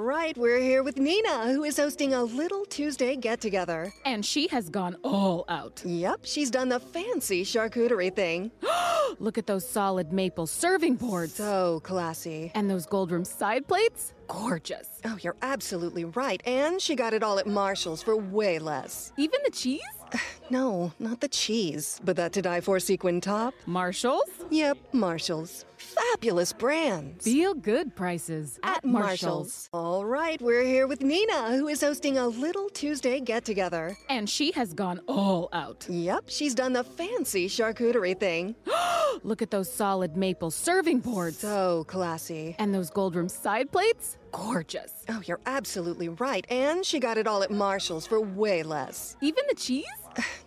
right, we're here with Nina, who is hosting a little Tuesday get together. And she has gone all out. Yep, she's done the fancy charcuterie thing. Look at those solid maple serving boards. So classy. and those gold rim side plates? Gorgeous. Oh, you're absolutely right. And she got it all at Marshall's for way less. Even the cheese? No, not the cheese, but that to die for sequin top. Marshall's? Yep, Marshall's. Fabulous brands. Feel good prices at, Marshall's. All right, we're here with Nina, who is hosting a little Tuesday get together. And she has gone all out. Yep, she's done the fancy charcuterie thing. Look at those solid maple serving boards. So classy. and those gold rim side plates? Gorgeous. Oh, you're absolutely right. And she got it all at Marshall's for way less. Even the cheese?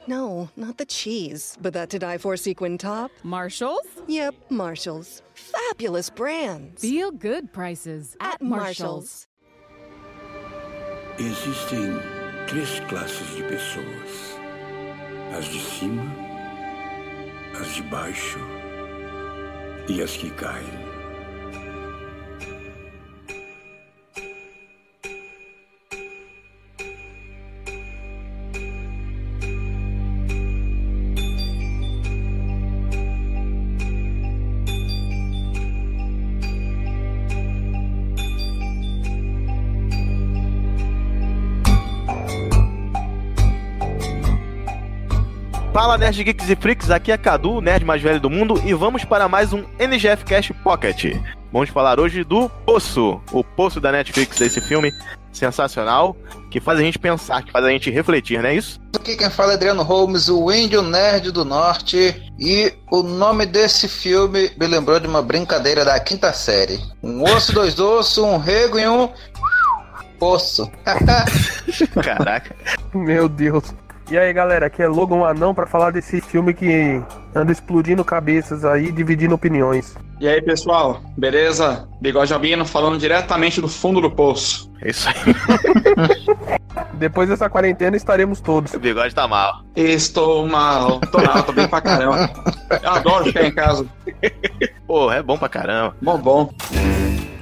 No, not the cheese, but that to die for sequin top. Marshall's? Yep, Marshall's. Fabulous brands. Feel good prices at, Marshall's. Existem três classes de pessoas: as de cima, as de baixo e as que caem. Fala Nerd Geeks e Freaks, aqui é Cadu, o nerd mais velho do mundo, e vamos para mais um NGF Cash Pocket. Vamos falar hoje do Poço, o Poço da Netflix, desse filme sensacional, que faz a gente pensar, que faz a gente refletir, não é isso? Aqui quem fala é Adriano Holmes, o índio nerd do norte. E o nome desse filme me lembrou de uma brincadeira da quinta série. Um osso, dois ossos, um rego e um... Osso. Caraca. Meu Deus. E aí, galera, aqui é Logan um Anão pra falar desse filme que anda explodindo cabeças aí, dividindo opiniões. E aí, pessoal, beleza? Bigode Albino falando diretamente do fundo do poço. É isso aí, Depois dessa quarentena estaremos todos. o bigode tá mal. Estou mal, tô mal, tô bem pra caramba. Eu adoro ficar em casa. Porra, é bom pra caramba. Bom, bom.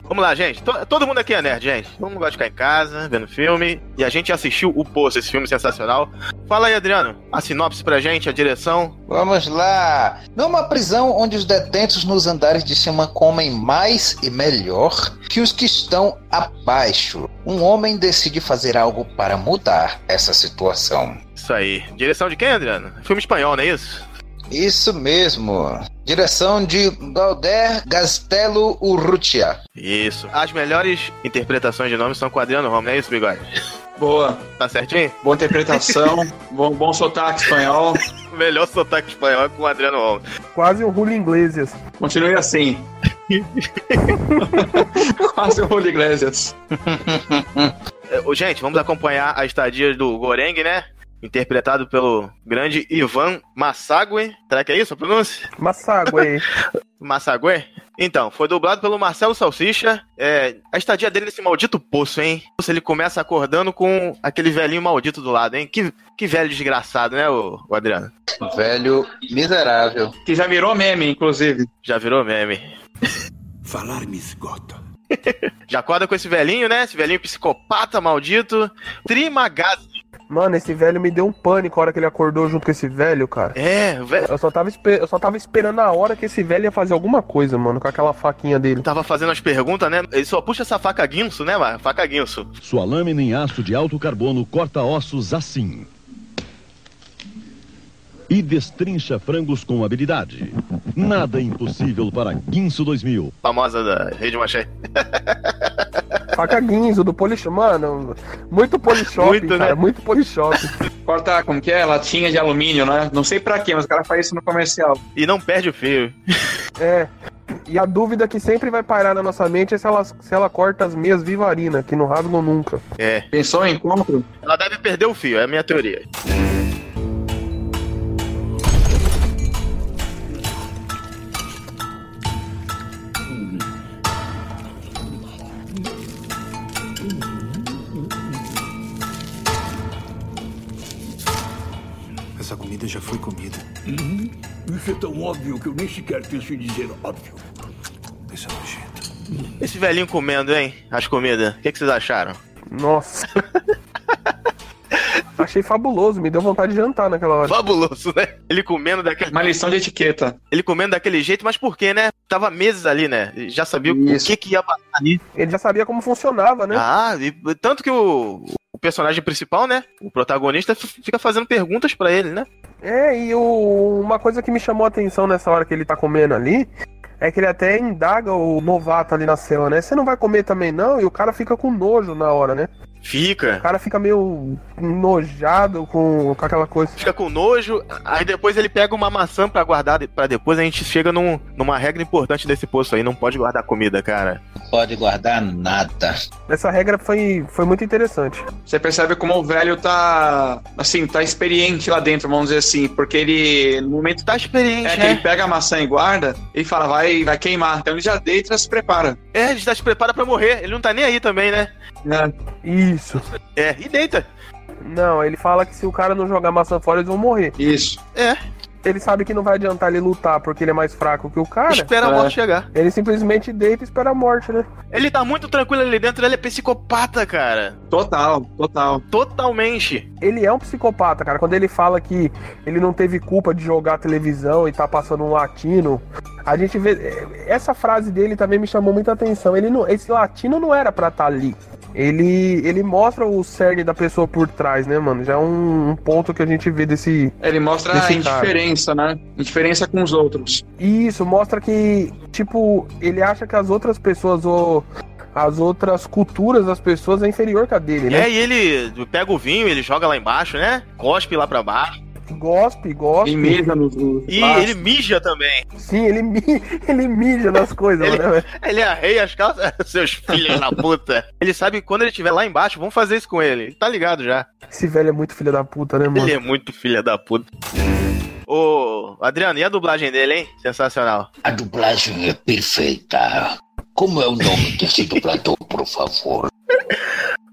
Vamos lá, gente. To- todo mundo aqui é nerd, gente. Todo mundo gosta de ficar em casa, vendo filme. E a gente assistiu o Poço, esse filme sensacional. Fala aí, Adriano, a sinopse pra gente, a direção. Vamos lá! Numa prisão onde os detentos nos andares de cima comem mais e melhor que os que estão abaixo, um homem decide fazer algo para mudar essa situação. Isso aí. Direção de quem, Adriano? Filme espanhol, não é isso? Isso mesmo! Direção de Galder Castelo Urrutia. Isso. As melhores interpretações de nome são com o Adriano Roma, não é isso, Bigode? Boa, Tá certinho? boa interpretação, bom, bom sotaque espanhol. O melhor sotaque espanhol é com o Adriano Roma. Quase um rulo inglês. Continue assim. Quase o Julio Iglesias. É, ô, Gente, vamos acompanhar a estadia do Goreng, né? Interpretado pelo grande Ivan Massague. Será que é isso a pronúncia? Massago aí. Massague? Então, foi dublado pelo Marcelo Salsicha. É, a estadia dele nesse maldito poço, hein? Poxa, Ele começa acordando com aquele velhinho maldito do lado, hein? Que, que velho desgraçado, né, o, o Adriano? Velho miserável. Que já virou meme, inclusive. Já virou meme. Falar me esgota. Já acorda com esse velhinho, né? Esse velhinho psicopata maldito. Trimagaz. Mano, esse velho me deu um pânico a hora que ele acordou junto com esse velho, cara. É, o velho. Eu só tava, espe- eu só tava esperando a hora que esse velho ia fazer alguma coisa, mano, com aquela faquinha dele. Tava fazendo as perguntas, né? Ele só puxa essa faca guinso, né, mano? Faca guinso. Sua lâmina em aço de alto carbono corta ossos assim. E destrincha frangos com habilidade. Nada é impossível para Guinso 2000. Famosa da Rede Maché. Faca Guinzo, do Polishop. Mano, muito Polishop, Muito, né? cara. Muito Polishop. Corta, como que é? Latinha de alumínio, né? Não sei pra quê, mas o cara faz isso no comercial. E não perde o fio. É. E a dúvida que sempre vai parar na nossa mente é se ela, se ela corta as meias vivarina, que não rasgam nunca. É. Pensou em encontro? Ela deve perder o fio, é a minha teoria. Essa comida já foi comida. Isso é tão óbvio que eu nem sequer penso em dizer óbvio. Isso é nojento. Esse velhinho comendo, hein? As comidas. O que, que vocês acharam? Nossa. Achei fabuloso, me deu vontade de jantar naquela hora. Fabuloso, né? Ele comendo daquele, Uma lição de etiqueta. ele comendo daquele jeito, mas por quê, né? Tava meses ali, né? E Já sabia o- o Isso. que que ia passar ali. Ele já sabia como funcionava, né? Ah, e tanto que o, o personagem principal, né? O protagonista f- fica fazendo perguntas pra ele, né? É, e o- uma coisa que me chamou a atenção nessa hora que ele tá comendo ali é que ele até indaga o novato ali na cela, né? Você não vai comer também, não? E o cara fica com nojo na hora, né? O Fica. cara fica meio nojado com, com aquela coisa. Fica com nojo, aí depois ele pega uma maçã pra guardar, de- pra depois a gente chega num- numa regra importante desse poço aí, não pode guardar comida, cara. Não pode guardar nada. Essa regra foi, foi muito interessante. Você percebe como o velho tá, assim, tá experiente lá dentro, vamos dizer assim, porque ele, no momento Tá experiente, é que ele né? pega a maçã e guarda, ele fala, vai, vai queimar. Então ele já deita e já se prepara. É, ele já se prepara pra morrer, ele não tá nem aí também, né? né? Isso. É, e deita. Não, ele fala que se o cara não jogar maçã fora, eles vão morrer. Isso. É, Ele sabe que não vai adiantar ele lutar porque ele é mais fraco que o cara. espera um- a é. morte chegar. Ele simplesmente deita e espera a morte, né? Ele tá muito tranquilo ali dentro, ele é psicopata, cara. Total, total. Totalmente. Ele é um psicopata, cara. Quando ele fala que ele não teve culpa de jogar a televisão e tá passando um latino, a gente vê. eh, Essa frase dele também me chamou muita atenção. Ele não, esse latino não era pra estar ali. Ele, ele mostra o cerne da pessoa por trás, né, mano? Já é um, um ponto que a gente vê desse. Ele mostra a Desse cara. indiferença, né? Indiferença com os outros. Isso, mostra que, tipo, ele acha que as outras pessoas ou as outras culturas das pessoas é inferior que a dele, né? É, e ele pega o vinho, ele joga lá embaixo, né? Cospe lá pra baixo. Gospe, gospe. E mesa no. no E plástico. ele mija também. Sim, ele, mi- ele mija nas coisas, Ele- né, velho? Ele arreia as calças, seus filhos da puta. Ele sabe que quando ele estiver lá embaixo, vão fazer isso com ele. Ele Tá ligado já. Esse velho é muito filho da puta, né, mano? Ele é muito filha da puta. Ô, Adriano, e a dublagem dele, hein? Sensacional. A dublagem é perfeita. Como é o nome desse dublador, por favor?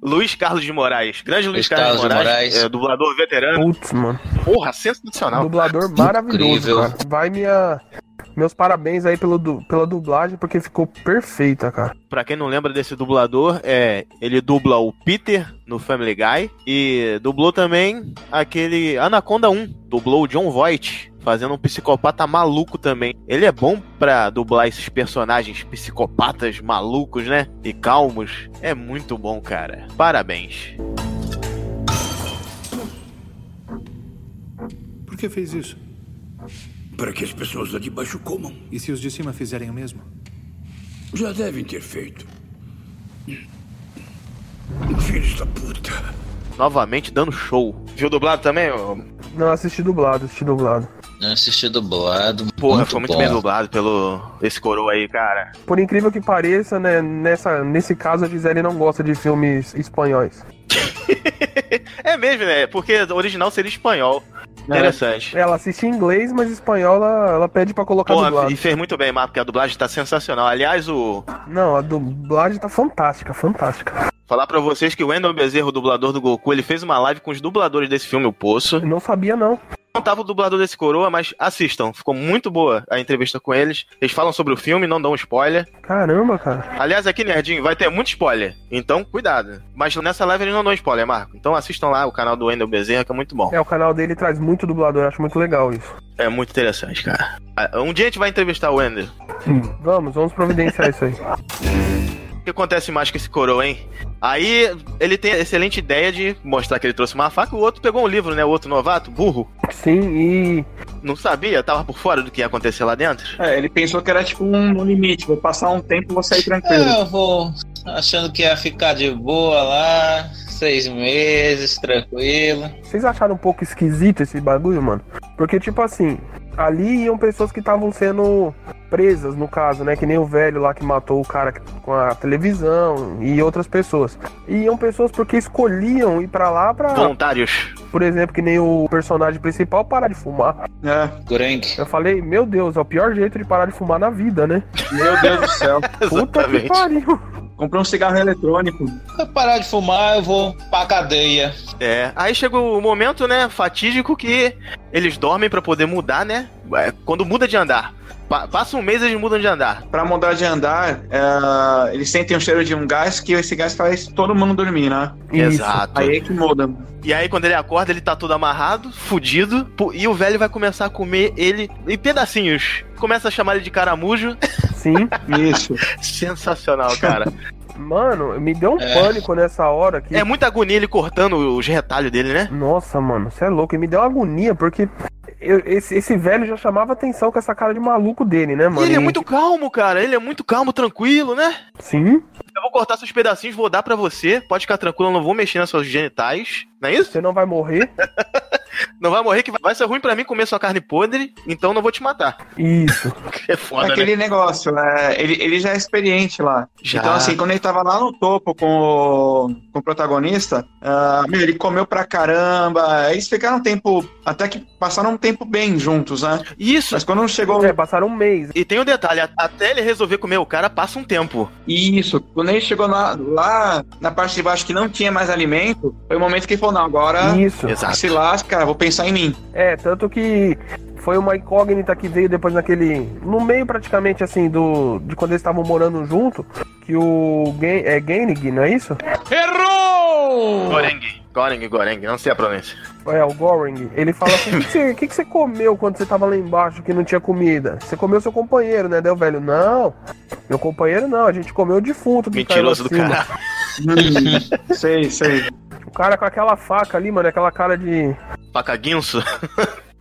Luiz Carlos de Moraes. Grande Luiz, Luiz Carlos, de Carlos de Moraes. Moraes. é, dublador veterano. Putz, mano. Porra, sensacional. Dublador maravilhoso, Incrível. cara. Vai minha. Meus parabéns aí pelo, du- pela dublagem, porque ficou perfeita, cara. Pra quem não lembra desse dublador, é, ele dubla o Peter no Family Guy e dublou também aquele Anaconda 1, dublou o John Voight, fazendo um psicopata maluco também. Ele é bom pra dublar esses personagens psicopatas malucos, né? E calmos. É muito bom, cara. Parabéns. Por que fez isso? para que as pessoas lá de baixo comam. E se os de cima fizerem o mesmo? Já devem ter feito. Filhos da puta. Novamente dando show. Viu dublado também? ô? Não, assisti dublado, assisti dublado. Não assisti dublado. Porra, muito foi muito bom. bem dublado pelo esse coroa aí, cara. Por incrível que pareça, né, nessa, nesse caso a Gisele não gosta de filmes espanhóis. É mesmo, né? Porque o original seria espanhol. né? Interessante. Ela assiste em inglês, mas espanhol ela, ela pede pra colocar Porra, dublado. e fez muito bem, Marco, porque a dublagem tá sensacional. Aliás, o. Não, a dublagem tá fantástica, fantástica. Falar pra vocês que o Wendel Bezerro, o dublador do Goku, ele fez uma live com os dubladores desse filme, O Poço. Eu não sabia, não. Não tava o dublador desse coroa, mas assistam. Ficou muito boa a entrevista com eles. Eles falam sobre o filme, não dão spoiler. Caramba, cara. Aliás, aqui, Nerdinho, vai ter muito spoiler. Então, cuidado. Mas nessa live eles não dão spoiler, Marco. Então assistam lá o canal do Wendel Bezerra, que é muito bom. É, o canal dele traz muito dublador, eu acho muito legal isso. É muito interessante, cara. Ah, Um dia a gente vai entrevistar o Wendel. Vamos, vamos providenciar isso aí. O que acontece mais com esse coroa, hein? Aí ele tem a excelente ideia de mostrar que ele trouxe uma faca, o outro pegou um livro, né? O outro novato, burro, Sim, e não sabia, tava por fora do que ia acontecer lá dentro. É, ele pensou que era tipo um, um limite. Vou passar um tempo e vou sair tranquilo. É, eu vou achando que ia ficar de boa lá, seis meses, tranquilo. vocês acharam um pouco esquisito esse bagulho, mano? Porque, tipo assim, ali iam pessoas que estavam sendo presas, no caso, né? Que nem o velho lá que matou o cara com a televisão e outras pessoas. E iam pessoas porque escolhiam ir pra lá pra, Voluntários. por exemplo, que nem o personagem principal parar de fumar. É. Grank, Eu falei, meu Deus, é o pior jeito de parar de fumar na vida, né? Meu Deus do céu. Puta que Exatamente. pariu. Comprou um cigarro eletrônico. Eu parar de fumar, eu vou pra cadeia. É, aí chega o momento, né, fatídico que eles dormem pra poder mudar, né? É, Quando muda de andar. Pa- passa um mês eles mudam de andar. Pra mudar de andar, é, eles sentem o cheiro de um gás que esse gás faz todo mundo dormir, né? Isso. Exato. Aí é que muda. E aí quando ele acorda, ele tá todo amarrado, fudido, pu- e o velho vai começar a comer ele em pedacinhos. Começa a chamar ele de caramujo. Sim. Isso. Sensacional, cara. Mano, me deu um É. pânico nessa hora que. É muita agonia ele cortando os retalhos dele, né? Nossa, mano, você é louco. E me deu uma agonia, porque eu- esse, esse velho já chamava atenção com essa cara de maluco dele, né, E mano? ele é E- muito calmo, cara. Ele é muito calmo, tranquilo, né? Sim. Eu vou cortar seus pedacinhos, vou dar pra você. Pode ficar tranquilo, eu não vou mexer nas suas genitais. Não é isso? Você não vai morrer. Não vai morrer que vai- vai ser ruim pra mim comer sua carne podre, então não vou te matar. Isso. É foda, né? Aquele negócio, né? ele, ele já é experiente lá. Já. Então, assim, quando ele tava lá no topo com o, com o protagonista, ah, meu, ele comeu pra caramba. Aí Eles ficaram um tempo. Até que passaram um tempo bem juntos, né? Isso. Mas quando chegou. É, passaram um mês. E tem um detalhe, a- até ele resolver comer o cara, passa um tempo. Isso, quando ele chegou lá, lá na parte de baixo que não tinha mais alimento, foi o momento que ele falou: não, Ah, agora Isso. Exato. se lasca, cara, vou pensar em mim. É, tanto que foi uma incógnita que veio depois naquele. No meio praticamente assim do. De quando eles estavam morando junto. Que o Gen, é Genig, não é isso? Goreng, Goreng, Goreng, não sei a pronúncia. É, o Goring. Ele fala assim: o que, que você, que que você comeu quando você tava lá embaixo que não tinha comida? Você comeu seu companheiro, né? Daí o velho, não. Meu companheiro não, a gente comeu o defunto que caiu lá Mentiroso do acima." cara. sei, sei. O cara com aquela faca ali, mano, aquela cara de. né? Pacaguinso.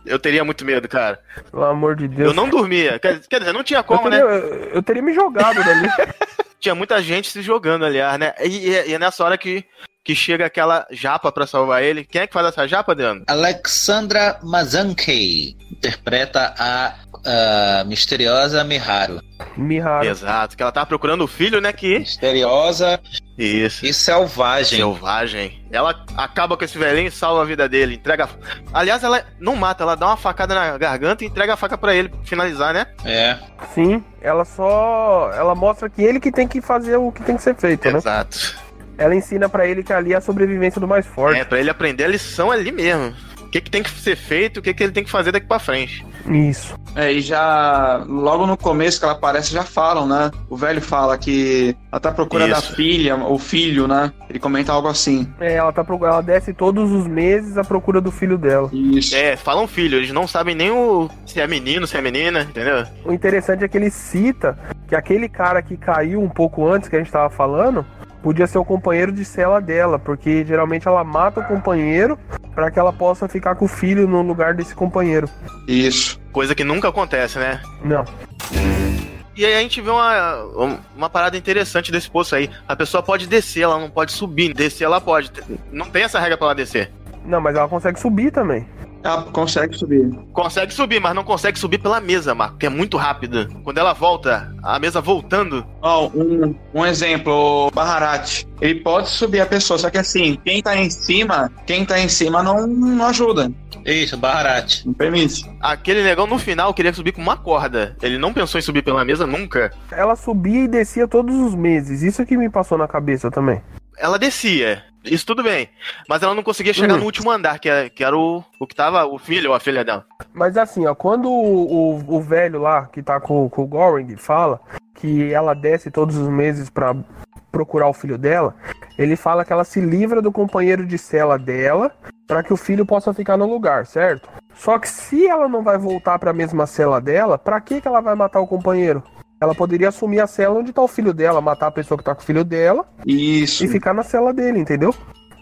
Eu teria muito medo, cara. Pelo amor de Deus. Eu não dormia. Quer quer dizer, não tinha Eu como, né? teria, eu- eu teria me jogado dali. Tinha muita gente se jogando, aliás, né? E, e- e é nessa hora que, que chega aquela japa pra salvar ele. Quem é que faz essa japa, Adriano? Alexandra Mazankei interpreta a ah, misteriosa Miharu. Miharu. Exato, que ela tava procurando o filho, né? Que. Misteriosa Isso. e selvagem. Selvagem. Ela acaba com esse velhinho e salva a vida dele. Entrega. Aliás, ela não mata, ela dá uma facada na garganta e entrega a faca pra ele finalizar, né? É. Sim, ela só. Ela mostra que ele que tem que fazer o que tem que ser feito, né? Exato. Ela ensina pra ele que ali é a sobrevivência do mais forte. É, pra ele aprender a lição ali mesmo. O que, que tem que ser feito, o que, que ele tem que fazer daqui pra frente. Isso. É, e já logo no começo que ela aparece, já falam, né? O velho fala que ela tá à procura Isso. da filha, ou filho, né? Ele comenta algo assim. É, ela, tá pro... ela desce todos os meses à procura do filho dela. Isso. É, falam filho, eles não sabem nem o se é menino, se é menina, entendeu? O interessante é que ele cita que aquele cara que caiu um pouco antes que a gente tava falando podia ser o companheiro de cela dela, porque geralmente ela mata o companheiro pra que ela possa ficar com o filho no lugar desse companheiro. Isso. Coisa que nunca acontece, né? Não. E aí a gente vê uma, um, uma parada interessante desse poço aí. A pessoa pode descer, ela não pode subir. Descer ela pode. Não tem essa regra pra ela descer. Não, mas ela consegue subir também. Ela consegue subir. Consegue subir, mas não consegue subir pela mesa, Marco, que é muito rápida. Quando ela volta, a mesa voltando, Ó, um, um exemplo, o Baharat. Ele pode subir a pessoa, só que assim, quem tá em cima, quem tá em cima não, não ajuda. Isso, Baharat. Não permite. aquele negão no final queria subir com uma corda. Ele não pensou em subir pela mesa nunca. Ela subia e descia todos os meses. Isso é que me passou na cabeça também. Ela descia. Isso tudo bem. Mas ela não conseguia chegar Hum. no último andar, que era, que era o, o que tava o filho ou a filha dela. Mas assim, ó, quando o, o, o velho lá que tá com, com o Goring fala que ela desce todos os meses pra procurar o filho dela, ele fala que ela se livra do companheiro de cela dela pra que o filho possa ficar no lugar, certo? Só que se ela não vai voltar pra mesma cela dela, pra que que ela vai matar o companheiro? Ela poderia assumir a cela onde tá o filho dela, matar a pessoa que tá com o filho dela Isso. e ficar na cela dele, entendeu?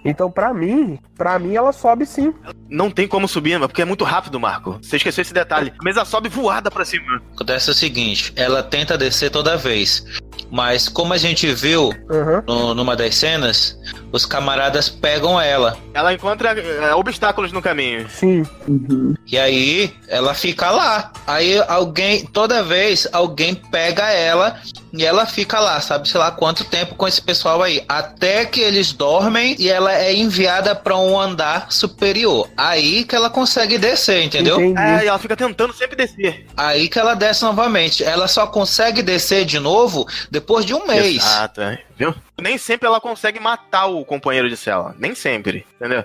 Então, pra mim, pra mim ela sobe sim. Não tem como subir, mas porque é muito rápido, Marco. Você esqueceu esse detalhe. A mesa sobe voada pra cima. Acontece o seguinte, ela tenta descer toda vez, mas como a gente viu Aham. no- numa das cenas, os camaradas pegam ela. Ela encontra eh, obstáculos no caminho. Sim. E aí ela fica lá. Aí alguém, toda vez, alguém pega ela e ela fica lá, sabe, sei lá quanto tempo com esse pessoal aí. Até que eles dormem e ela é enviada pra um andar superior. Aí que ela consegue descer, entendeu? Entendi. É, e ela fica tentando sempre descer. Aí que ela desce novamente. Ela só consegue descer de novo depois de um mês. Exato. é. Viu? Nem sempre ela consegue matar o companheiro de cela. Nem sempre, entendeu?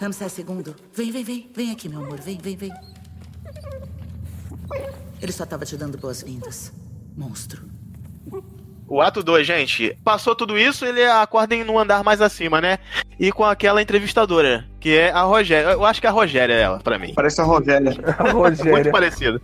Ramsés II, vem, vem, vem. Vem aqui, meu amor. Vem, vem, vem. Ele só tava te dando boas-vindas. Monstro. O ato 2, gente, passou tudo isso, ele acorda em um andar mais acima, né? E com aquela entrevistadora, que é a Rogéria. Eu acho que é a Rogéria é ela, pra mim. Parece a Rogéria. A Muito Rogéria. parecido.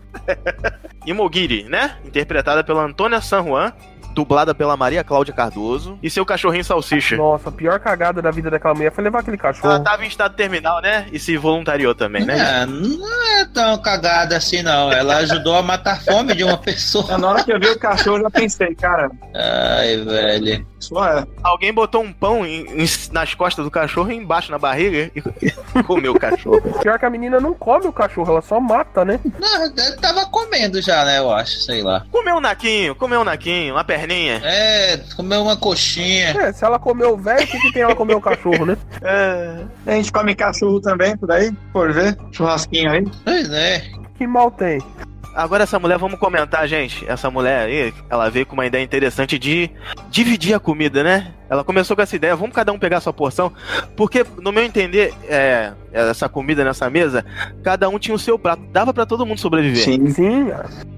e Mogiri, né? Interpretada pela Antônia San Juan, dublada pela Maria Cláudia Cardoso e seu cachorrinho Salsicha. Nossa, a pior cagada da vida daquela mulher foi levar aquele Ela cachorro. tava em estado terminal, né? E se voluntariou também, né? É, não é tão cagada assim, não. Ela ajudou a matar a fome de uma pessoa. É, Na hora que eu vi o cachorro, eu já pensei, cara, Ai, velho. só é. Alguém botou um pão em- em- nas costas do cachorro e embaixo na barriga e comeu o cachorro. Pior que a menina não come o cachorro, ela só mata, né? Não, eu tava comendo já, né? Eu acho, sei lá. Comeu um naquinho, comeu um naquinho, uma perninha. É, comeu uma coxinha. É, se ela comeu o velho, o que, que tem ela comer o cachorro, né? É. A gente come cachorro também, por aí, por ver. Churrasquinho aí. Pois é. Que mal tem. Agora essa mulher, vamos comentar, gente. Essa mulher aí, ela veio com uma ideia interessante de dividir a comida, né? Ela começou com essa ideia, vamos cada um pegar a sua porção. Porque, no meu entender, é, essa comida nessa mesa, cada um tinha o seu prato. Dava pra todo mundo sobreviver. Sim,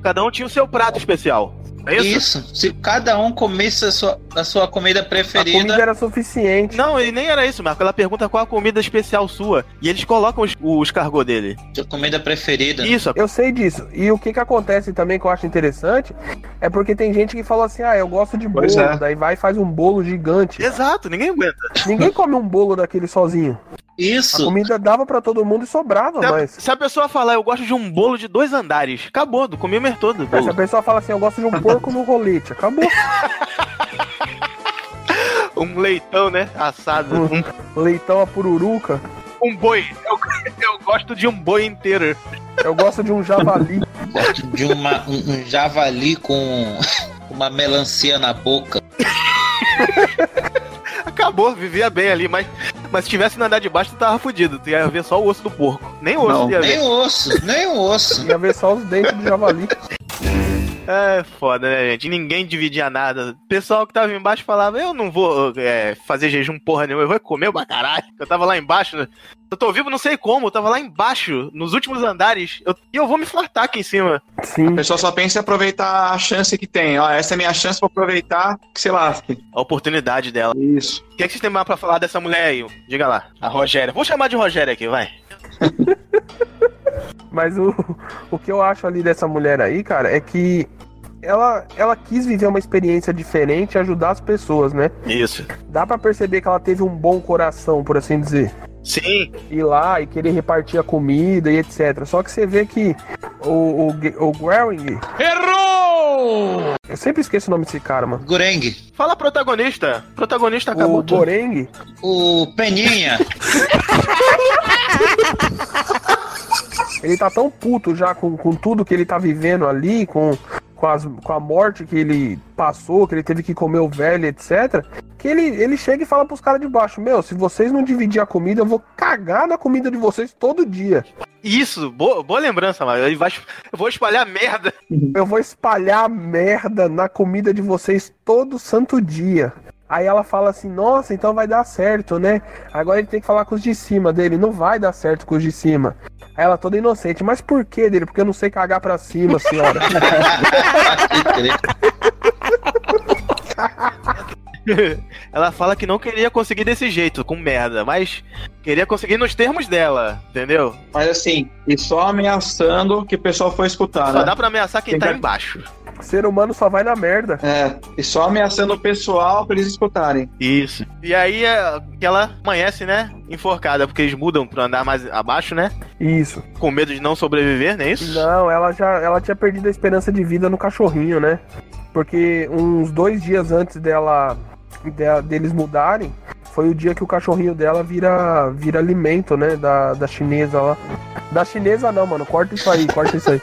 Cada um tinha o seu prato especial. É isso? Isso. Se cada um comesse a sua, a sua comida a comida preferida. era suficiente. Não, e nem era isso, Marco. Ela pergunta qual a comida especial sua. E eles colocam os, os cargô dele. Sua comida preferida. Isso, Eu sei disso. E o que que acontece também que eu acho interessante é porque tem gente que fala assim: ah, eu gosto de bolo. Pois é. Daí vai e faz um bolo gigante. exato, ninguém aguenta. Ninguém come um bolo daquele sozinho. A Isso. comida dava pra todo mundo e sobrava, Se a, mas. se a pessoa falar, eu gosto de um bolo de dois andares, acabou, do comi o mês todo. o É, se a Bolo. pessoa fala assim, eu gosto de um porco no rolete, acabou. Um leitão, né? Assado. Uhum. Um, Leitão a pururuca, um boi. Eu, eu gosto de um boi inteiro. eu gosto de um javali. Gosto de uma, um, um javali com uma melancia na boca. Acabou, vivia bem ali, mas, mas se tivesse no andar de baixo, tu tava fudido. Tu ia ver só o osso do porco. Nem o osso Não. tu ia ver. Nem osso, nem osso. Ia ver só os dentes de javali. É foda, né, gente? Ninguém dividia nada. O pessoal que tava embaixo falava: Eu não vou é, fazer jejum porra nenhuma, eu vou comer pra caralho. Eu tava lá embaixo, né? eu tô vivo, não sei como, eu tava lá embaixo, nos últimos andares, eu- e eu vou me fartar aqui em cima. Sim. O pessoal só pensa em aproveitar a chance que tem. Ó, essa é a minha chance pra aproveitar que se lasque. A oportunidade dela. Isso. O que, é que vocês têm mais pra falar dessa mulher aí? Diga lá, a Rogéria. Vou chamar de Rogéria aqui, vai. Mas o, o que eu acho ali dessa mulher aí, cara, é que ela, ela quis viver uma experiência diferente e ajudar as pessoas, né? Isso. Dá pra perceber que ela teve um bom coração, por assim dizer. Sim, Ir lá e querer repartir a comida e etc. Só que você vê que o, o, Ge- o Goering. Errou! Eu sempre esqueço o nome desse cara, mano. Goreng. fala protagonista. Protagonista acabou O tudo. Goreng, O Peninha. ele tá tão puto já com, com tudo que ele tá vivendo ali, com, com, as- com a morte que ele passou, que ele teve que comer o velho, etc. Que ele, ele chega e fala pros caras de baixo: Meu, se vocês não dividir a comida, eu vou cagar na comida de vocês todo dia. Isso, boa, boa lembrança, mano. Eu vai- eu vou espalhar merda. Eu vou espalhar merda na comida de vocês todo santo dia. Aí ela fala assim: Nossa, então vai dar certo, né? Agora ele tem que falar com os de cima dele. Não vai dar certo com os de cima. Aí ela toda inocente: Mas por que dele? Porque eu não sei cagar pra cima, senhora. Ela fala que não queria conseguir desse jeito, com merda, mas queria conseguir nos termos dela, entendeu? Mas assim, e só ameaçando que o pessoal foi escutar, Só né? dá pra ameaçar quem Tem tá cara- embaixo. Ser humano só vai na merda. É, e só ameaçando o pessoal pra eles escutarem. Isso. E aí é que ela amanhece, né? Enforcada, porque eles mudam pra andar mais abaixo, né? Isso. Com medo de não sobreviver, não é isso? Não, ela já ela tinha perdido a esperança de vida no cachorrinho, né? Porque uns dois dias antes dela, de- deles mudarem, foi o dia que o cachorrinho dela vira, vira alimento, né? Da, da chinesa lá. Da chinesa não, mano. Corta isso aí, corta isso aí.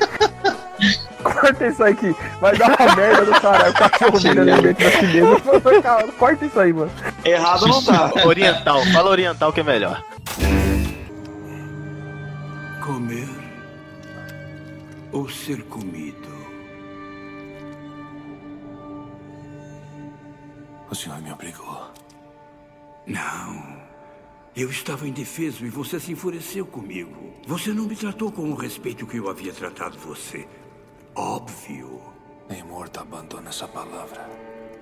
Corta isso aí que vai dar uma merda do caralho. O cachorro vira alimento da chinesa. Corta isso aí, mano. Errado não tá. Oriental, fala oriental que é melhor. Come comer ou ser comido? O senhor me obrigou. Não. Eu estava indefeso e você se enfureceu comigo. Você não me tratou com o respeito que eu havia tratado você. Óbvio. Nem morto abandona essa palavra.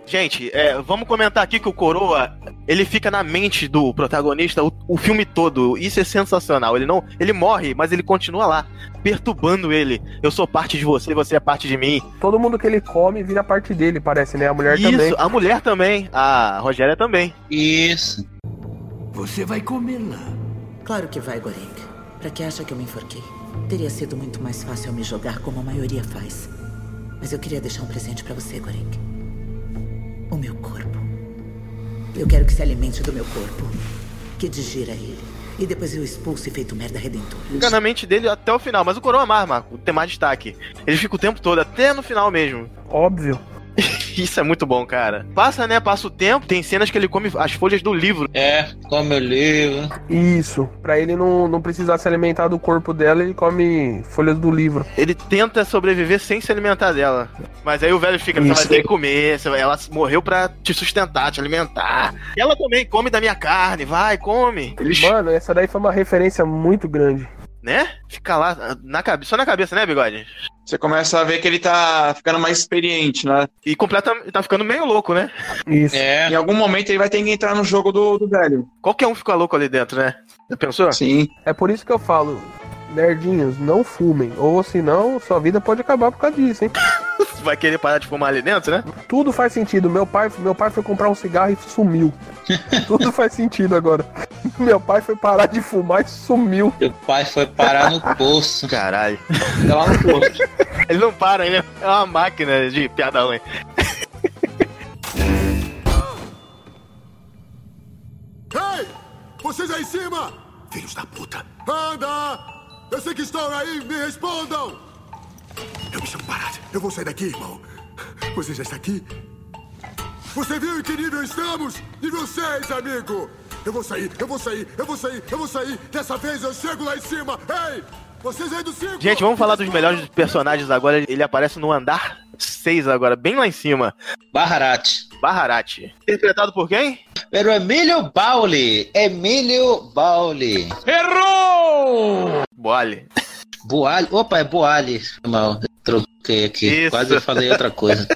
Gente, é, vamos comentar aqui que o Coroa, ele fica na mente do protagonista o, o filme todo. Isso é sensacional. Ele não, ele morre, mas ele continua lá, perturbando ele. Eu sou parte de você, você é parte de mim. Todo mundo que ele come vira parte dele, parece, né? A mulher Isso, também. a mulher também, a Rogéria também. Isso. Você vai comê-la. Claro que vai, Goreng. Pra que acha que eu me enforquei? Teria sido muito mais fácil eu me jogar como a maioria faz. Mas eu queria deixar um presente pra você, Goreng. O meu corpo. Eu quero que se alimente do meu corpo. Que digira ele. E depois eu expulso e feito merda redentora. Fica na mente dele até o final, mas o Coroa mais, Marco, tem mais destaque. Ele fica o tempo todo, até no final mesmo. Óbvio. Isso é muito bom, cara. Passa, né? Passa o tempo, tem cenas que ele come as folhas do livro. É, come o livro. Isso. Pra ele não, não precisar se alimentar do corpo dela, ele come folhas do livro. Ele tenta sobreviver sem se alimentar dela. Mas aí o velho fica, você Isso. vai ter que comer, você- ela morreu pra te sustentar, te alimentar. Ela também come da minha carne, vai, come. Ele, Mano, essa daí foi uma referência muito grande. né? Fica lá, na cabe- só na cabeça, né, bigode? Você começa a ver que ele tá ficando mais experiente, né? E completa, tá ficando meio louco, né? Isso. É. Em algum momento ele vai ter que entrar no jogo do, do velho. Qualquer um fica louco ali dentro, né? Já pensou? Sim. É por isso que eu falo, nerdinhos, não fumem. Ou senão, sua vida pode acabar por causa disso, hein? Vai querer parar de fumar ali dentro, né? Tudo faz sentido. Meu pai, meu pai foi comprar um cigarro e sumiu. Tudo faz sentido agora. Meu pai foi parar de fumar e sumiu. Meu pai foi parar no poço. Caralho. Tá lá no poço. Ele não para, ele é uma máquina de piada ruim. Ei! Vocês aí em cima! Filhos da puta. Anda! Eu sei que estão aí, me respondam! Eu me chamo Parada. Eu vou sair daqui, irmão. Você já está aqui? Você viu em que nível estamos? Nível 6, amigo! Eu vou sair, eu vou sair, eu vou sair, eu vou sair! Dessa vez eu chego lá em cima! Ei! Vocês aí do 5! Gente, vamos falar dos melhores personagens agora. Ele aparece no andar 6 agora, bem lá em cima. Barrate. Baharat. Interpretado por quem? Era o Emílio Bauli. Emílio Bauli. Boale. Boalho. Opa, é Boalho. Foi Mal, troquei aqui. Isso. Quase falei outra coisa.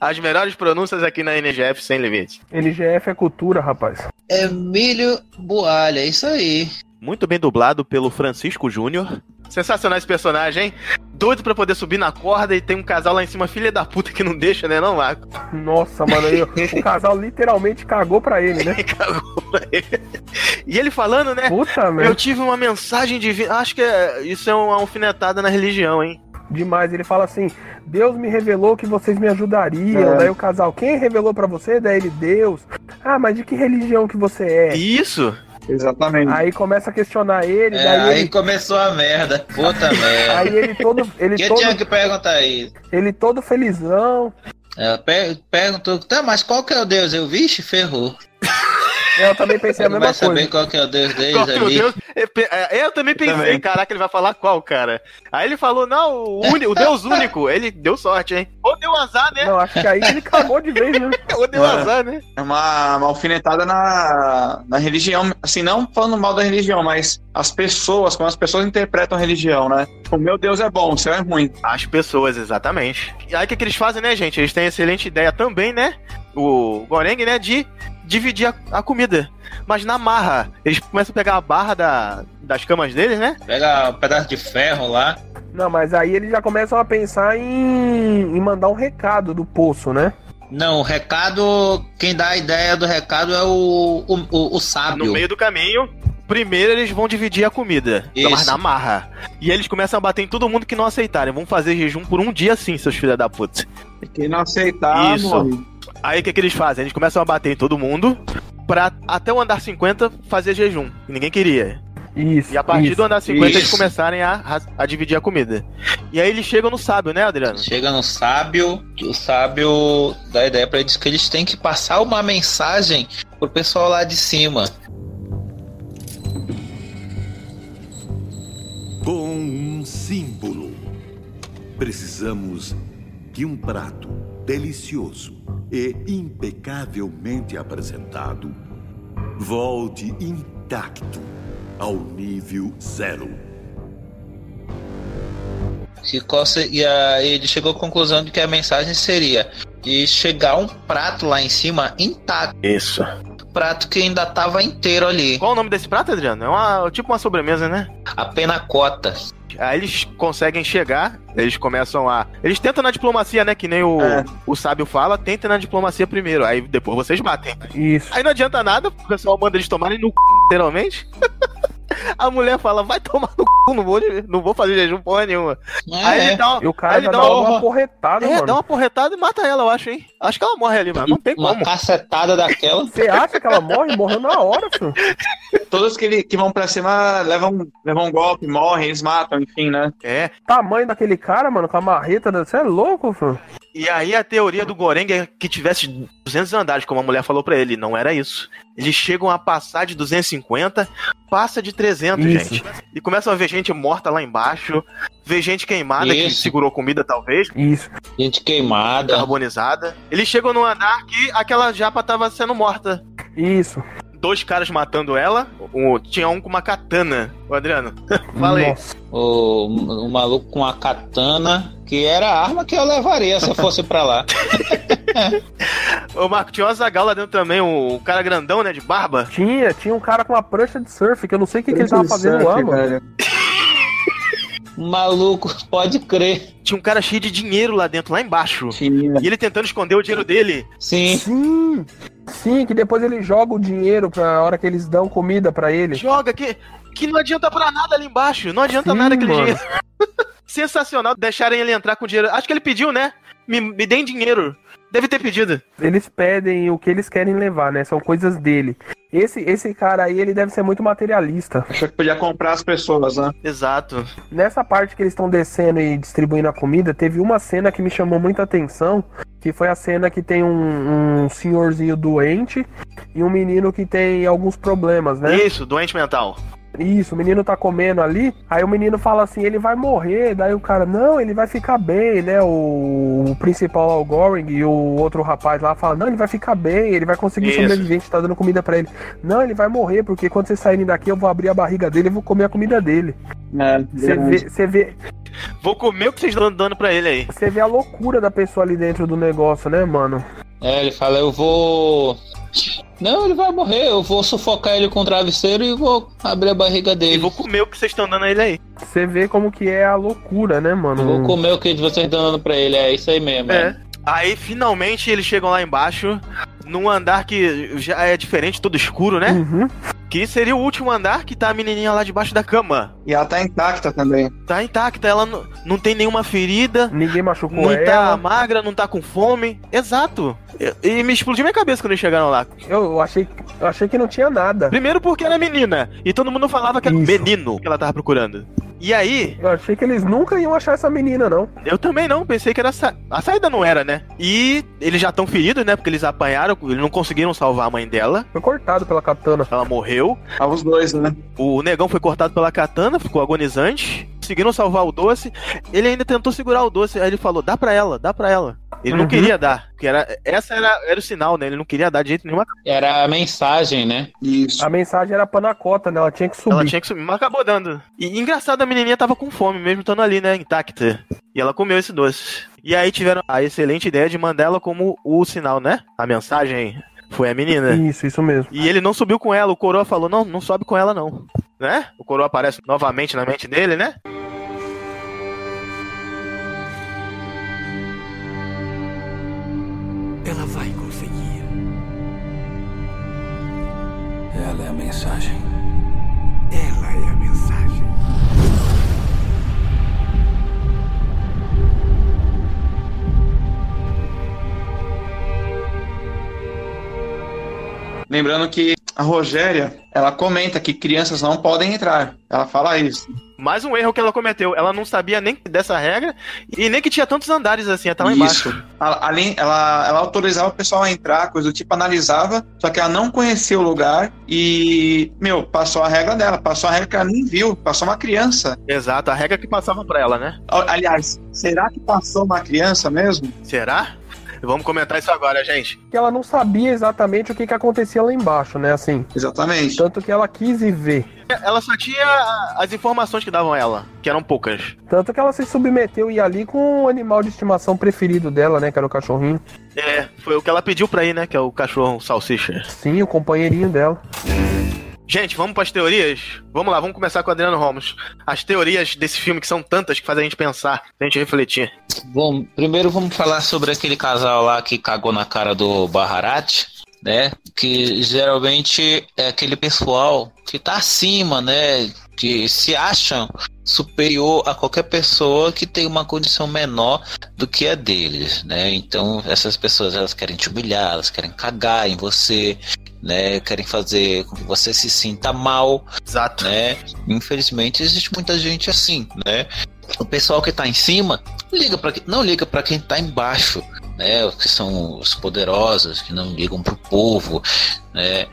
As melhores pronúncias aqui na NGF sem limite. NGF é cultura, rapaz. Emílio Boalho, é isso aí. Muito bem dublado pelo Francisco Júnior. Sensacional esse personagem, hein? Doido pra poder subir na corda e tem um casal lá em cima, filha da puta, que não deixa, né, não, Marco? Nossa, mano, eu- o casal literalmente cagou pra ele, né? Cagou pra ele. E ele falando, né? Puta Eu merda. tive uma mensagem divina. Acho que é- isso é uma alfinetada na religião, hein? Demais. Ele fala assim: Deus me revelou que vocês me ajudariam. É. Daí o casal, quem revelou pra você? Daí ele, Deus. Ah, mas de que religião que você é? Isso! Exatamente. Aí começa a questionar ele, É, daí aí ele, começou a merda. Puta merda. aí ele todo, ele Eu tinha todo, que perguntar isso. ele todo felizão. Ela per- É, perguntou, tá, mas qual que é o Deus? Eu, vixe, ferrou. Eu também pensei a Você não vai mesma saber coisa. qual que é o Deus deles Qual que é o ali. Deus? Eu pe- é, Eu também pensei, Também. caraca, ele vai falar qual, cara. Aí ele falou, não, o, uni- o Deus único. Ele deu sorte, hein? Ou deu azar, né? Não, acho que aí ele cagou de vez, né? Ou deu É. azar, né? É uma, uma alfinetada na, na religião. Assim, não falando mal da religião, mas as pessoas, como as pessoas interpretam a religião, né? O meu Deus é bom, o seu é ruim. As pessoas, exatamente. E aí o que, que eles fazem, né, gente? Eles têm excelente ideia também, né? O Goreng, né? De dividir a, a comida. Mas na marra, eles começam a pegar a barra da- das camas deles, né? Pega um pedaço de ferro lá. Não, mas aí eles já começam a pensar em, em mandar um recado do poço, né? Não, o recado, quem dá a ideia do recado é o, o, o, o sábio. No meio do caminho. Primeiro eles vão dividir a comida, Então, Isso. mas na marra. E eles começam a bater em todo mundo que não aceitarem. Vão fazer jejum por um dia sim, seus filhos da puta. E quem não aceitar, Isso. morre. Aí o que, que eles fazem? Eles começam a bater em todo mundo pra até o andar 50 fazer jejum. que Ninguém queria. Isso. E a partir isso. do andar 50 eles Isso. começarem a, ra- a dividir a comida. E aí eles chegam no sábio, né, Adriano? Chega no sábio, que o sábio dá a ideia pra eles que eles têm que passar uma mensagem pro pessoal lá de cima. Com um Precisamos de um prato delicioso e impecavelmente apresentado. Volte intacto ao nível zero. E, qual se- e a- ele chegou à conclusão de que a mensagem seria de chegar um prato lá em cima intacto. Isso. Prato que ainda tava inteiro ali. Qual o nome desse prato, Adriano? É uma, tipo uma sobremesa, né? A penacota. Aí eles conseguem chegar, eles começam a. Eles tentam na diplomacia, né? Que nem o, o sábio fala, tentem na diplomacia primeiro, aí depois vocês batem. Isso. Aí não adianta nada, o pessoal manda eles tomarem no c, literalmente. A mulher fala, vai tomar no c, não vou, não vou fazer jejum porra nenhuma. aí É, ele tá dá, E o aí cara ele já dá logo uma porretada, É, mano. dá uma porretada e mata ela, eu acho, hein? Acho que ela morre ali, mano. Não tem Uma como. cacetada daquela. Você acha que ela morre? Morreu na hora, filho. Todos que, ele- que vão pra cima levam, levam um golpe, morrem, eles matam, enfim, né? É. Tamanho daquele cara, mano, com a marreta. Você é louco, filho. E aí a teoria do Goreng é que tivesse 200 andares, como a mulher falou pra ele. Não era isso. Eles chegam a passar de 250, passa de 300, Isso. gente. E começam a ver gente morta lá embaixo, ver gente queimada que Isso. segurou comida, talvez, Isso. Gente queimada. carbonizada. Eles chegam num andar que aquela japa tava sendo morta. Isso. Dois caras matando ela, um- tinha um com uma katana. Ô, Adriano, fala aí. Nossa. O, o maluco com a katana. Que era a arma que eu levaria se eu fosse pra lá. Ô, Marco, tinha o Azagal lá dentro também, o, o cara grandão, né, de barba. Tinha, tinha um cara com uma prancha de surf, que eu não sei o que, que ele tava fazendo lá, mano. Maluco, pode crer. Tinha um cara cheio de dinheiro lá dentro, lá embaixo. Tinha. E ele tentando esconder o dinheiro dele. Sim. Sim. Sim, que depois ele joga o dinheiro pra hora que eles dão comida pra ele. Joga, que, que não adianta pra nada ali embaixo. Não adianta Sim, nada aquele mano. dinheiro. Sensacional deixarem ele entrar com dinheiro. Acho que ele pediu, né? Me, me deem dinheiro. Deve ter pedido. Eles pedem o que eles querem levar, né? São coisas dele. Esse, esse cara aí, ele deve ser muito materialista. Achou que podia comprar as pessoas, né? Exato. Nessa parte que eles estão descendo e distribuindo a comida, teve uma cena que me chamou muita atenção, que foi a cena que tem um, um senhorzinho doente e um menino que tem alguns problemas, né? Isso, doente mental. Isso, o menino tá comendo ali, aí o menino fala assim, ele vai morrer, daí o cara, não, ele vai ficar bem, né? O, o principal lá, o Goring, e o outro rapaz lá fala, não, ele vai ficar bem, ele vai conseguir Isso. sobreviver, a gente tá dando comida pra ele. Não, ele vai morrer, porque quando vocês saírem daqui, eu vou abrir a barriga dele e vou comer a comida dele. É, Você verdade. vê, você vê, Vou comer o que vocês estão dando pra ele aí. você vê a loucura da pessoa ali dentro do negócio, né, mano? É, ele fala, eu vou. Não, ele vai morrer, eu vou sufocar ele com o travesseiro e vou abrir a barriga E dele. vou comer o que vocês estão dando a ele aí. Você vê como que é a loucura, né, mano? Eu vou comer o que vocês estão dando pra ele, é isso aí mesmo. É. Aí finalmente eles chegam lá embaixo, num andar que já é diferente, todo escuro, né? Uhum. Que seria o último andar que tá a menininha lá debaixo da cama. E ela tá intacta também. Tá intacta, ela não, não tem nenhuma ferida, Ninguém machucou não ela. tá magra, não tá com fome. Exato. E, e me explodiu minha cabeça quando eles chegaram lá. Eu, eu achei, eu achei que não tinha nada. Primeiro porque era menina, e todo mundo falava que era um Isso. menino que ela tava procurando. E aí, Eu achei que eles nunca iam achar essa menina, não. eu também não, pensei que era sa... a saída não era, né? E eles já estão feridos, né? Porque eles apanharam, eles não conseguiram salvar a mãe dela, Foi cortado pela katana. ela morreu. Ah, os dois, né? O negão foi cortado pela katana, ficou agonizante. Conseguiram salvar o doce. Ele ainda tentou segurar o doce. Aí ele falou: dá pra ela, dá pra ela. Ele não Uhum. queria dar. Porque era, essa era, era o sinal, né? Ele não queria dar de jeito nenhum. Era a mensagem, né? Isso. A mensagem era panacota, né? Ela tinha que Ela subir. tinha que subir, mas acabou dando. E engraçado, a menininha tava com fome mesmo, estando ali, né? Intacta. E ela comeu esse doce. E aí tiveram a excelente ideia de mandar ela como o sinal, né? A mensagem foi a menina. Isso, isso mesmo. E ele não subiu com ela. O coroa falou: não, não sobe com ela, não. Né? O coroa aparece novamente na mente dele, né? Ela vai conseguir. Ela é a mensagem. Ela é a mensagem. Lembrando que a Rogéria, ela comenta que crianças não podem entrar. Ela fala isso. Mais um erro que ela cometeu. Ela não sabia nem dessa regra e nem que tinha tantos andares assim, até lá Isso. embaixo. A- Além, ela, ela autorizava o pessoal a entrar, coisa do tipo, analisava, só que ela não conhecia o lugar e, meu, passou a regra dela, passou a regra que ela nem viu, passou uma criança. Exato, a regra que passava pra ela, né? A- Aliás, será que passou uma criança mesmo? Será? Vamos comentar isso agora, gente. Que ela não sabia exatamente o que, que acontecia lá embaixo, né? Assim. Exatamente. Tanto que ela quis ir ver. Ela só tinha as informações que davam a ela, que eram poucas. Tanto que ela se submeteu e ir ali com o animal de estimação preferido dela, né? Que era o cachorrinho. É, foi o que ela pediu pra ir, né? Que é o cachorro salsicha. Sim, o companheirinho dela. Gente, vamos pras teorias? Vamos lá, vamos começar com o Adriano Ramos. As teorias desse filme que são tantas que fazem a gente pensar, a gente refletir. Bom, primeiro vamos falar sobre aquele casal lá que cagou na cara do Baharat, né? Que geralmente é aquele pessoal que tá acima, né? Que se acham superior a qualquer pessoa que tem uma condição menor do que a deles, né? Então essas pessoas elas querem te humilhar, elas querem cagar em você, né? Querem fazer com que você se sinta mal, Exato. né? Infelizmente existe muita gente assim, né? O pessoal que tá em cima liga para não liga para quem tá embaixo, né? Os Que são os poderosos que não ligam pro povo, né?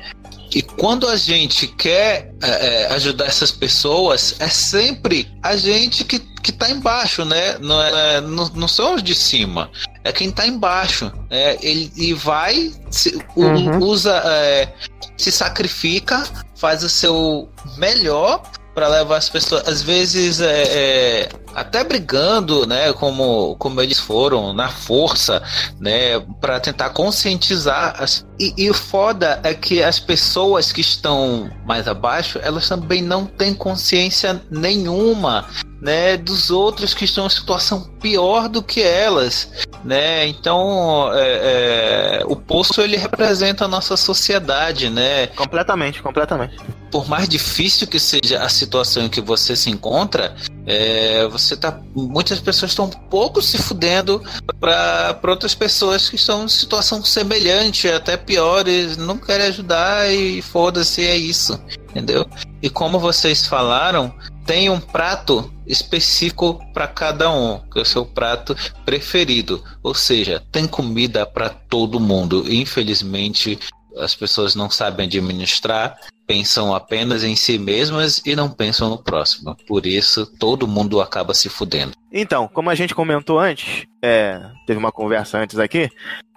E quando a gente quer é, é, ajudar essas pessoas, é sempre a gente que, que tá embaixo, né? Não, é, não, não são os de cima. É quem tá embaixo. né? ele, e vai, se- u- Uhum. usa, é, se sacrifica, faz o seu melhor para levar as pessoas. Às vezes, é, é, até brigando, né? Como, como eles foram, na força, né, para tentar conscientizar as... e, e o foda é que as pessoas que estão mais abaixo, elas também não têm consciência nenhuma, né, dos outros que estão em situação pior do que elas, né? Então, é, é, o poço ele representa a nossa sociedade, né? Completamente, completamente. por mais difícil que seja a situação em que você se encontra, é, você tá, muitas pessoas estão um pouco se fudendo para outras pessoas que estão em situação semelhante, até piores, não querem ajudar e foda-se, é isso, entendeu? E como vocês falaram, tem um prato específico para cada um, que é o seu prato preferido. Ou seja, tem comida para todo mundo. E, Infelizmente, as pessoas não sabem administrar pensam apenas em si mesmas e não pensam no próximo. Por isso, todo mundo acaba se fudendo. Então, como a gente comentou antes, é, teve uma conversa antes aqui,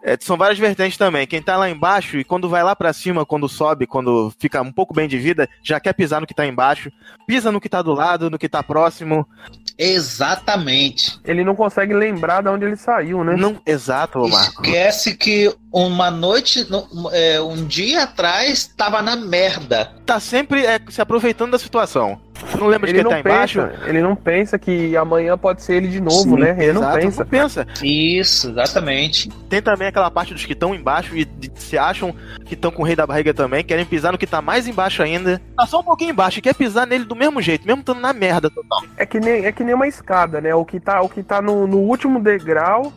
é, são várias vertentes também. Quem tá lá embaixo e quando vai lá pra cima, quando sobe, quando fica um pouco bem de vida, já quer pisar no que tá embaixo, pisa no que tá do lado, no que tá próximo. Exatamente. Ele não consegue lembrar de onde ele saiu, né? Não, exato, ô Marco. Esquece que uma noite, no- é, um dia atrás, estava na merda. Tá sempre é, se aproveitando da situação. Não lembra de Ele quem não, tá embaixo? pensa, ele não pensa que amanhã pode ser ele de novo, Sim, né? Ele não exato, pensa. pensa. Isso, exatamente. Tem também aquela parte dos que estão embaixo e de- se acham que estão com o rei da barriga também, querem pisar no que tá mais embaixo ainda. Tá só um pouquinho embaixo e quer pisar nele do mesmo jeito, mesmo estando na merda total. É que nem, é que nem uma escada, né? O que tá, o que tá no, no último degrau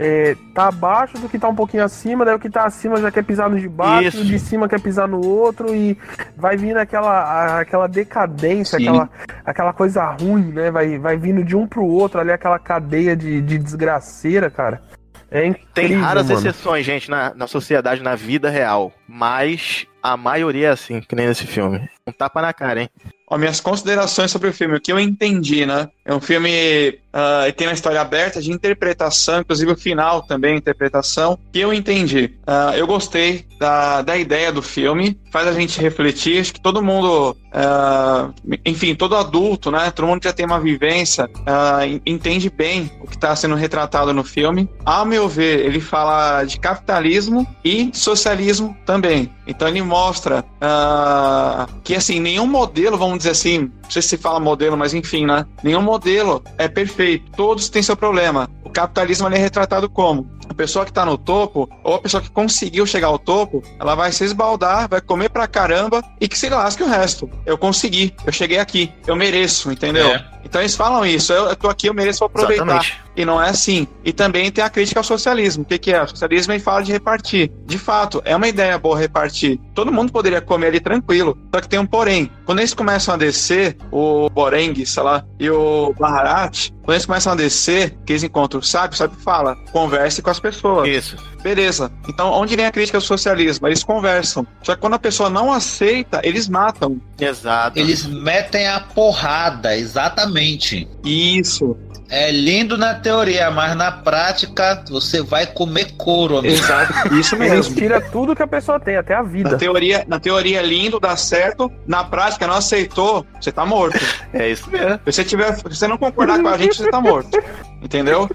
é, tá abaixo do que tá um pouquinho acima, daí o que tá acima já quer pisar no de baixo, Isso. o de cima quer pisar no outro e vai vindo aquela, a- aquela decadência, Sim. aquela, aquela coisa ruim, né? Vai, vai vindo de um pro outro ali, aquela cadeia de, de desgraceira, cara. É incrível, Tem raras mano. exceções, gente, na, na sociedade, na vida real. Mas a maioria é assim, que nem nesse filme. Um tapa na cara, hein? Ó, minhas considerações sobre o filme, o que eu entendi, né? É um filme ah, que tem uma história aberta de interpretação, inclusive o final também, é interpretação, que eu entendi. Ah, eu gostei da, da ideia do filme, faz a gente refletir, acho que todo mundo, ah, enfim, todo adulto, né? Todo mundo que já tem uma vivência, ah, en- entende bem o que está sendo retratado no filme. A meu ver, ele fala de capitalismo e socialismo também. Então ele mostra ah, que assim, nenhum modelo, vamos dizer assim, não sei se fala modelo, mas enfim, né? Nenhum modelo é perfeito. Todos têm seu problema. O capitalismo ele é retratado como a pessoa que está no topo ou a pessoa que conseguiu chegar ao topo, ela vai se esbaldar, vai comer pra caramba e que se lasque o resto. Eu consegui, eu cheguei aqui, eu mereço, entendeu? É. Então eles falam isso, eu, eu tô aqui, eu mereço aproveitar. Exatamente. e não é assim. E também tem a crítica ao socialismo. O que, que é? O socialismo ele fala de repartir. De fato, é uma ideia boa repartir. Todo mundo poderia comer ali tranquilo. Só que tem um porém. Quando eles começam a descer, o Borengue, sei lá, e o Baharat, quando eles começam a descer, que eles encontram o sábio, o sábio fala, converse com as pessoas. Isso. Beleza. Então, onde vem a crítica ao socialismo? Eles conversam. Só que quando a pessoa não aceita, eles matam. Exato. Eles metem a porrada, exatamente. Isso. É lindo na teoria, mas na prática você vai comer couro, amigo. Exato. Isso Eles É mesmo. tiram tudo que a pessoa tem, até a Na vida. teoria, na teoria lindo, dá certo. Na prática, não aceitou, você tá morto. É isso mesmo. Se você, tiver, se você não concordar com a gente, você tá morto. Entendeu?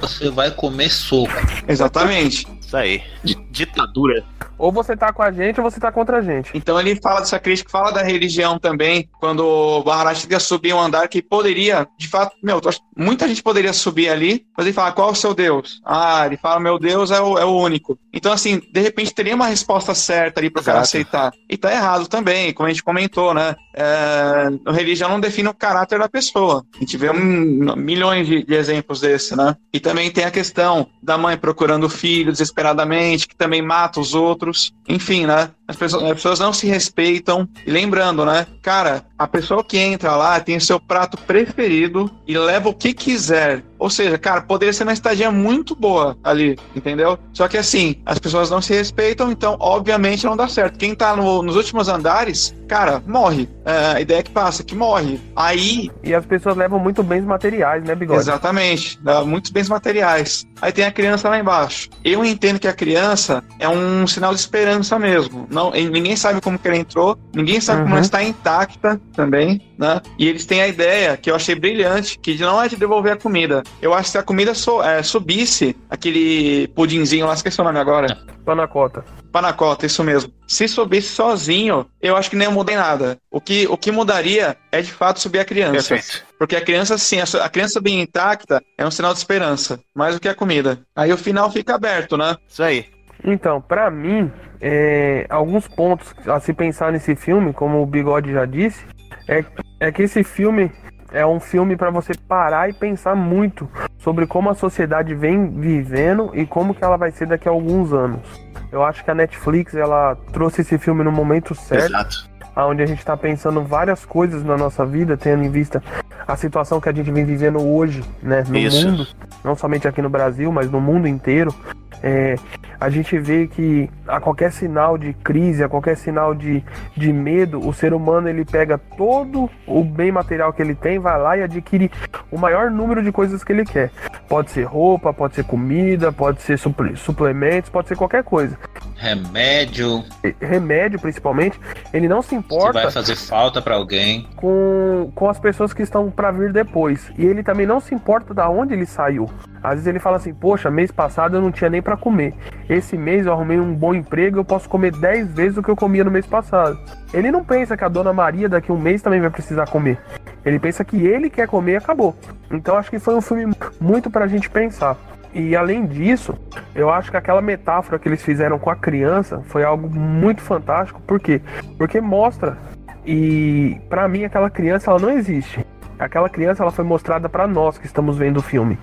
Você vai comer soco. Exatamente. Isso aí. Di- Ditadura. Ou você tá com a gente ou você tá contra a gente. Então ele fala dessa crítica, fala da religião também, quando o Baharat ia subir um andar que poderia, de fato, meu, eu acho- muita gente poderia subir ali, mas ele fala, qual é o seu Deus? Ah, ele fala, meu Deus é o, é o único. Então, assim, de repente teria uma resposta certa ali pro cara Exato. aceitar. E tá errado também, como a gente comentou, né? É, a religião não define o caráter da pessoa. A gente vê um- milhões de, de exemplos desse, né? E também tem a questão da mãe procurando o filho desesperadamente, que também mata os outros. Enfim, né? As pessoas, as pessoas não se respeitam. E lembrando, né? Cara, a pessoa que entra lá tem o seu prato preferido e leva o que quiser. Ou seja, cara, poderia ser uma estadia muito boa ali, entendeu? Só que assim, as pessoas não se respeitam, então obviamente não dá certo. Quem tá no- nos últimos andares, cara, morre. É, a ideia que passa, é que morre. Aí E as pessoas levam muito bens materiais, né, Bigode? Exatamente, dá muitos bens materiais. Aí tem a criança lá embaixo. Eu entendo que a criança é um sinal de esperança mesmo. Não, e ninguém sabe como que ela entrou, ninguém sabe como Uhum. ela está intacta também, né? E eles têm a ideia que eu achei brilhante, que não é de devolver a comida. Eu acho que se a comida so- eh, subisse, aquele pudinzinho lá, esqueci o nome agora. Panacota. Panacota, isso mesmo. Se subisse sozinho, eu acho que nem mudei nada. O que, o que mudaria é de fato subir a criança. Perfeito. Porque a criança, sim, a su- a criança bem intacta é um sinal de esperança, mais do que a comida. Aí o final fica aberto, né? Isso aí. Então, pra mim, é, alguns pontos a se pensar nesse filme, como o Bigode já disse, é, é que esse filme é um filme pra você parar e pensar muito sobre como a sociedade vem vivendo e como que ela vai ser daqui a alguns anos. Eu acho que a Netflix ela trouxe esse filme no momento certo. Exato. onde a gente está pensando várias coisas na nossa vida, tendo em vista a situação que a gente vem vivendo hoje, né, no Isso. mundo, não somente aqui no Brasil, mas no mundo inteiro. É, a gente vê que a qualquer sinal de crise, a qualquer sinal de, de medo, o ser humano ele pega todo o bem material que ele tem, vai lá e adquire o maior número de coisas que ele quer. Pode ser roupa, pode ser comida, pode ser suple- suplementos, pode ser qualquer coisa. Remédio, E- Remédio, principalmente, ele não se se importa vai fazer falta pra alguém. com, com as pessoas que estão para vir depois. E ele também não se importa da onde ele saiu. Às vezes ele fala assim: Poxa, mês passado eu não tinha nem para comer. Esse mês eu arrumei um bom emprego, eu posso comer 10 vezes o que eu comia no mês passado. Ele não pensa que a dona Maria daqui a um mês também vai precisar comer. Ele pensa que ele quer comer e acabou. Então acho que foi um filme muito pra gente pensar. E além disso, eu acho que aquela metáfora que eles fizeram com a criança foi algo muito fantástico. Por quê? Porque mostra e pra mim aquela criança ela não existe. Aquela criança ela foi mostrada pra nós que estamos vendo o filme.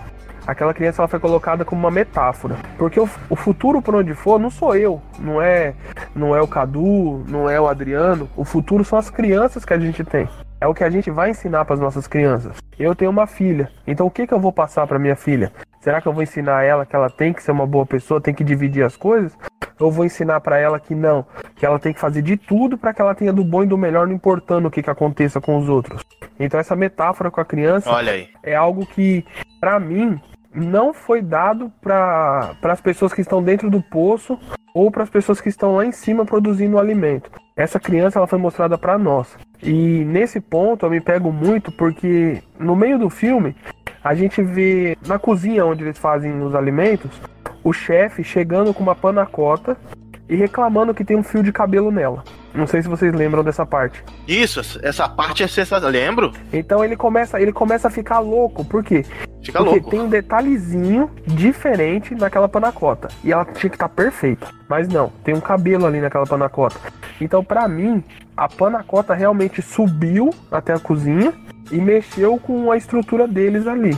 Aquela criança ela foi colocada como uma metáfora, porque o, o futuro por onde for não sou eu, não é, não é o Cadu, não é o Adriano. O futuro são as crianças que a gente tem. É o que a gente vai ensinar pras nossas crianças. Eu tenho uma filha, então o que que eu vou passar pra minha filha? Será que eu vou ensinar ela que ela tem que ser uma boa pessoa, tem que dividir as coisas? Eu vou ensinar pra ela que não, que ela tem que fazer de tudo pra que ela tenha do bom e do melhor, não importando o que, que aconteça com os outros. Então essa metáfora com a criança Olha aí. é algo que, pra mim, não foi dado para as pessoas que estão dentro do poço ou para as pessoas que estão lá em cima produzindo o alimento. Essa criança ela foi mostrada pra nós. E nesse ponto eu me pego muito porque no meio do filme a gente vê na cozinha onde eles fazem os alimentos o chefe chegando com uma panacota e reclamando que tem um fio de cabelo nela. Não sei se vocês lembram dessa parte. Isso, essa parte é sensacional. Lembro? Então ele começa, ele começa a ficar louco, por quê? Fica Porque louco. tem um detalhezinho diferente naquela panacota. E ela tinha que estar perfeita. Mas não, tem um cabelo ali naquela panacota. Então, pra mim, a panacota realmente subiu até a cozinha e mexeu com a estrutura deles ali.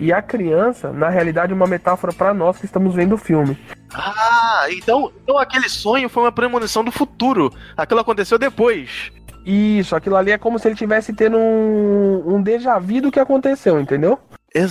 E a criança, na realidade, é uma metáfora pra nós que estamos vendo o filme. Ah, então, então aquele sonho foi uma premonição do futuro. Aquilo aconteceu depois. Isso, aquilo ali é como se ele tivesse tendo um, um déjà vu do que aconteceu, entendeu?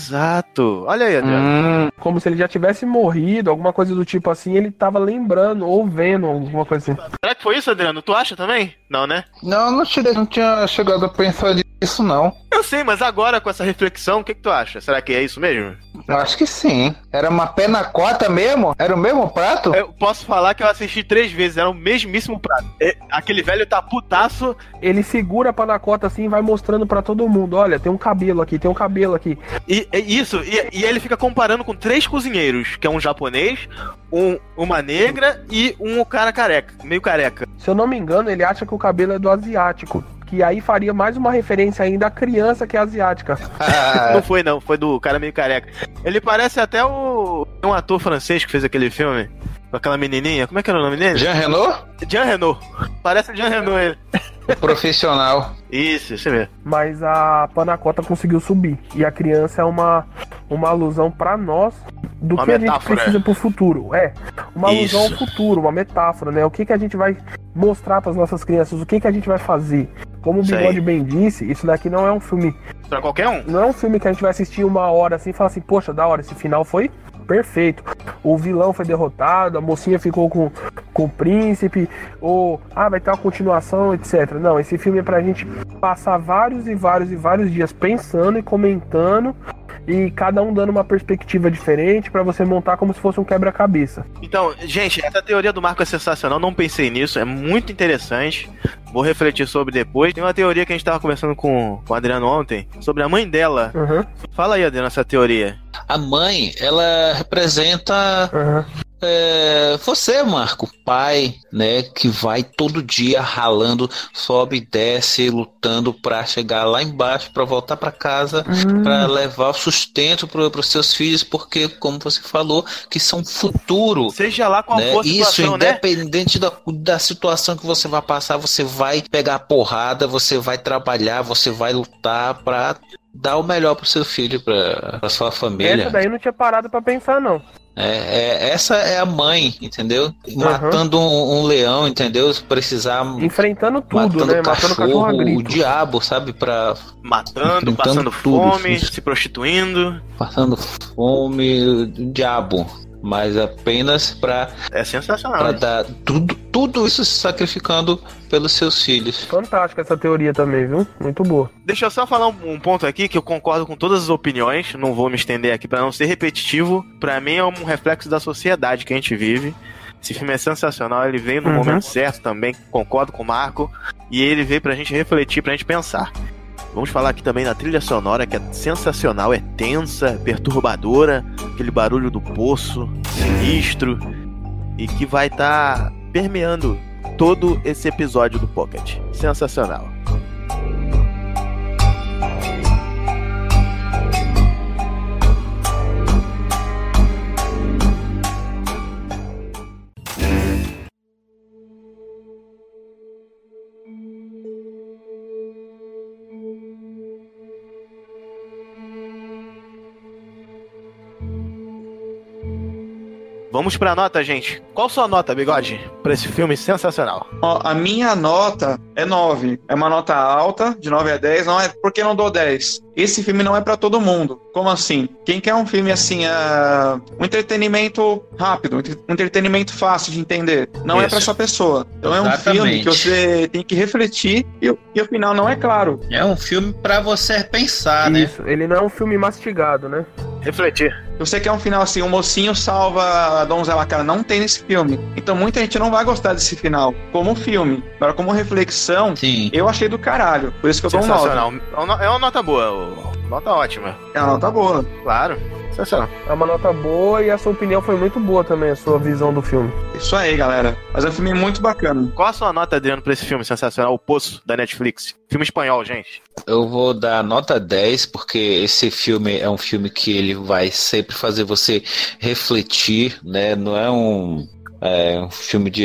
Exato. Olha aí, Adriano. Como se ele já tivesse morrido, alguma coisa do tipo assim, ele tava lembrando ou vendo alguma coisa assim. Será que foi isso, Adriano? Tu acha também? Não, né? Não, não, tirei, não tinha chegado a pensar nisso, não. Eu sei, mas agora com essa reflexão, o que, que tu acha? Será que é isso mesmo? Eu acho que sim. Era uma pena cota mesmo? Era o mesmo prato? Eu posso falar que eu assisti três vezes, era o mesmíssimo prato. É, aquele velho tá putaço. Ele segura a panacota assim e vai mostrando pra todo mundo: olha, tem um cabelo aqui, tem um cabelo aqui. E, e isso, e, e ele fica comparando com três cozinheiros, que é um japonês, um, uma negra e um cara careca, meio careca. Se eu não me engano, ele acha que o cabelo é do asiático. Que aí faria mais uma referência ainda à criança que é asiática. É. Ah, não foi, não, foi do cara meio careca. Ele parece até o. um ator francês que fez aquele filme. Com aquela menininha. Como é que era o nome dele? Jean Renault? Jean Renault. Parece o Jean Renault ele. Profissional. Isso, isso mesmo. Mas a Panacota conseguiu subir. E a criança é uma, uma alusão pra nós do Uma que a metáfora. gente precisa pro futuro. É, uma alusão Isso. ao futuro, uma metáfora, né? O que, que a gente vai mostrar pras nossas crianças? O que, que a gente vai fazer? Como o Isso aí. Bigode bem disse, isso daqui não é um filme. Pra qualquer um. Não é um filme que a gente vai assistir uma hora assim e falar assim, poxa, da hora, esse final foi perfeito. O vilão foi derrotado, a mocinha ficou com, com o príncipe, ou ah, vai ter uma continuação, etc. Não, esse filme é pra gente passar vários e vários e vários dias pensando e comentando. E cada um dando uma perspectiva diferente pra você montar como se fosse um quebra-cabeça. Então, gente, essa teoria do marco é sensacional, não pensei nisso, é muito interessante. Vou refletir sobre depois. Tem uma teoria que a gente tava conversando com, com a Adriano ontem, sobre a mãe dela. Fala aí, Adriano, essa teoria. A mãe, ela representa é, você, Marco, pai, né, que vai todo dia ralando, sobe e desce, lutando pra chegar lá embaixo, pra voltar pra casa, Hum. pra levar o sustento para os seus filhos, porque, como você falou, que são futuro. Seja lá qual né? for a Isso, situação, né? independente da, da situação que você vai passar, você vai pegar a porrada, você vai trabalhar, você vai lutar pra dar o melhor pro seu filho, pra, pra sua família. Essa daí eu não tinha parado pra pensar, não. É, é, essa é a mãe, entendeu? Matando um, um leão, entendeu? Se precisar. Enfrentando tudo, matando né? Matando cachorro a o grito. diabo, sabe? Pra. Matando, enfrentando passando tudo, fome, sim. se prostituindo. Passando fome, o diabo. Mas apenas pra, É pra sensacional. dar tudo, tudo isso se sacrificando pelos seus filhos. Fantástica essa teoria também, viu? Muito boa. Deixa eu só falar um, um ponto aqui que eu concordo com todas as opiniões, não vou me estender aqui pra não ser repetitivo. Pra mim é um reflexo da sociedade que a gente vive. Esse filme é sensacional, ele veio no Uhum. momento certo também, concordo com o Marco, e ele veio pra gente refletir, pra gente pensar. Vamos falar aqui também da trilha sonora que é sensacional, é tensa, é perturbadora, aquele barulho do poço, sinistro, e que vai estar permeando todo esse episódio do Pocket. Sensacional. Vamos pra nota, gente. Qual sua nota, bigode? Pra esse filme sensacional. Ó, a minha nota é 9. É uma nota alta, de 9 a 10. Não é porque não dou 10. Esse filme não é pra todo mundo. Como assim? Quem quer um filme assim, ah, um entretenimento rápido, um entretenimento fácil de entender. Não é Isso. pra essa pessoa. Então é um filme Exatamente. que você tem que refletir e, o- e o final não é claro. É um filme pra você pensar, né? Isso, ele não é um filme mastigado, né? Refletir. Se você quer um final assim, um mocinho salva a donzela, cara, não tem nesse filme. Então muita gente não vai gostar desse final como filme. Agora, como reflexão, Sim. eu achei do caralho. Por isso que eu dou um 9. Sensacional. É uma- é uma nota boa. ô. Nota ótima. É uma nota boa. Claro. Sensacional. É uma nota boa e a sua opinião foi muito boa também, a sua visão do filme. Isso aí, galera. Mas é um filme muito bacana. Qual a sua nota, Adriano, pra esse filme sensacional? O Poço, da Netflix. Filme espanhol, gente. Eu vou dar nota 10, porque esse filme é um filme que ele vai sempre fazer você refletir, né? Não é um, é, um filme de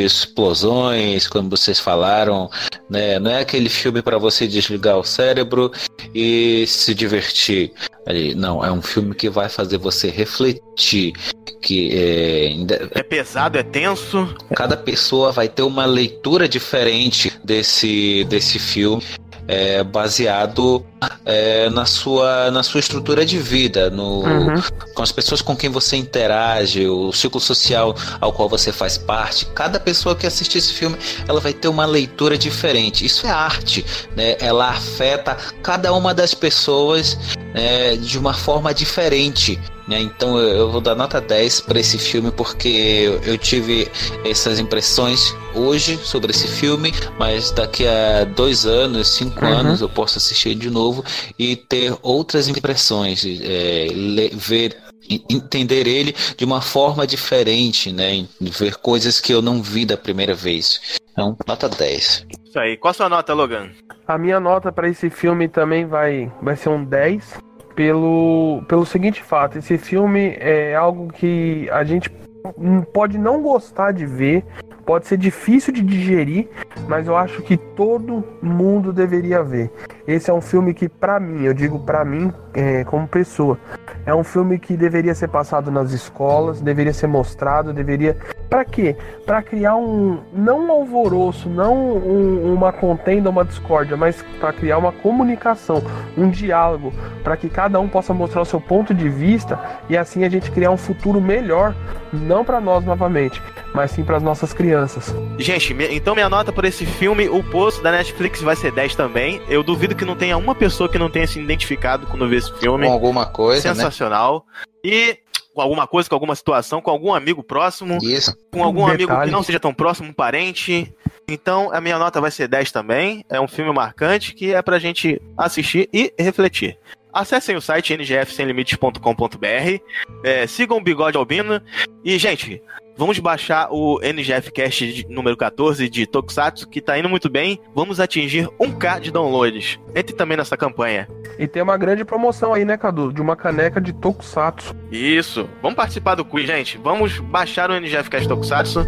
explosões, como vocês falaram, né? Não é aquele filme para você desligar o cérebro e se divertir. Ali, Não, é um filme que vai fazer você refletir, que é, ainda- É pesado, é tenso. cada pessoa vai ter uma leitura diferente desse, desse filme. é, baseado é, na, sua, na sua estrutura de vida, no, Uhum. com as pessoas com quem você interage, o ciclo social ao qual você faz parte. Cada pessoa que assistir esse filme, ela vai ter uma leitura diferente. Isso é arte, né? Ela afeta cada uma das pessoas né, de uma forma diferente. né? Então eu- eu vou dar nota 10 para esse filme porque eu- eu tive essas impressões hoje sobre esse filme, mas daqui a dois anos, cinco Uhum. anos, eu posso assistir de novo e ter outras impressões, é, le- ver en- entender ele de uma forma diferente, né? Ver coisas que eu não vi da primeira vez. Então, nota 10. Isso aí. Qual a sua nota, Logan? A minha nota para esse filme também vai, vai ser um 10, pelo, pelo seguinte fato: esse filme é algo que a gente n- pode não gostar de ver, pode ser difícil de digerir, mas eu acho que todo mundo deveria ver. Esse é um filme que, para mim, eu digo para mim é, como pessoa, é um filme que deveria ser passado nas escolas, deveria ser mostrado, deveria. Pra quê? Pra criar um. Não um alvoroço, não um- uma contenda, uma discórdia, mas pra criar uma comunicação, um diálogo, pra que cada um possa mostrar o seu ponto de vista e assim a gente criar um futuro melhor, não pra nós novamente, mas sim para as nossas crianças. Gente, mi- então minha nota por esse filme, o poço da Netflix vai ser 10 também. Eu duvido que não tenha uma pessoa que não tenha se identificado quando vê esse filme. Com alguma coisa, né? Sensacional. E com alguma coisa, com alguma situação, com algum amigo próximo. Isso. Com algum Um amigo que detalhe. não seja tão próximo, um parente. Então a minha nota vai ser 10 também. É um filme marcante que é pra gente assistir e refletir. Acessem o site ngfsemlimites.com.br, é, sigam o Bigode Albino e, gente, vamos baixar o NGF Cast de- número 14 de Tokusatsu, que tá indo muito bem. Vamos atingir 1k de downloads. Entre também nessa campanha. E tem uma grande promoção aí, né, Cadu? De uma caneca de Tokusatsu. Isso. Vamos participar do quiz, gente. Vamos baixar o NGF Cast Tokusatsu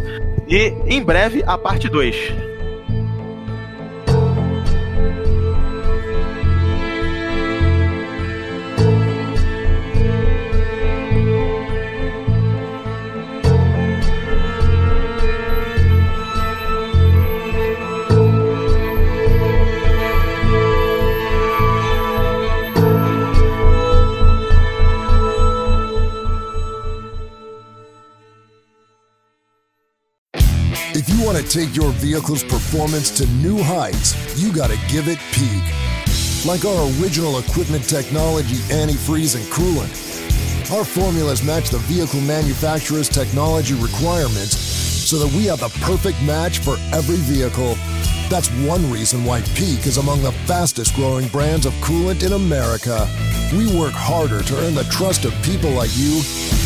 e em breve a parte 2. If you want to take your vehicle's performance to new heights, you got to give it peak. Like our original equipment technology, antifreeze, and coolant, our formulas match the vehicle manufacturer's technology requirements so that we have the perfect match for every vehicle. That's one reason why Peak is among the fastest growing brands of coolant in America. We work harder to earn the trust of people like you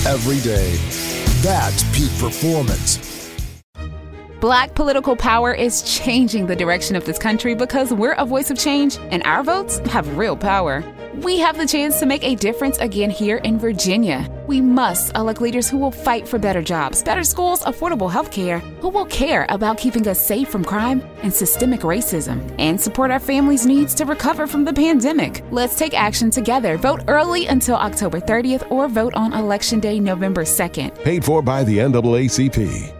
every day. That's peak performance. Black political power is changing the direction of this country because we're a voice of change and our votes have real power. We have the chance to make a difference again here in Virginia. We must elect leaders who will fight for better jobs, better schools, affordable health care, who will care about keeping us safe from crime and systemic racism, and support our families' needs to recover from the pandemic. Let's take action together. Vote early until October 30th or vote on Election Day, November 2nd. Paid for by the NAACP.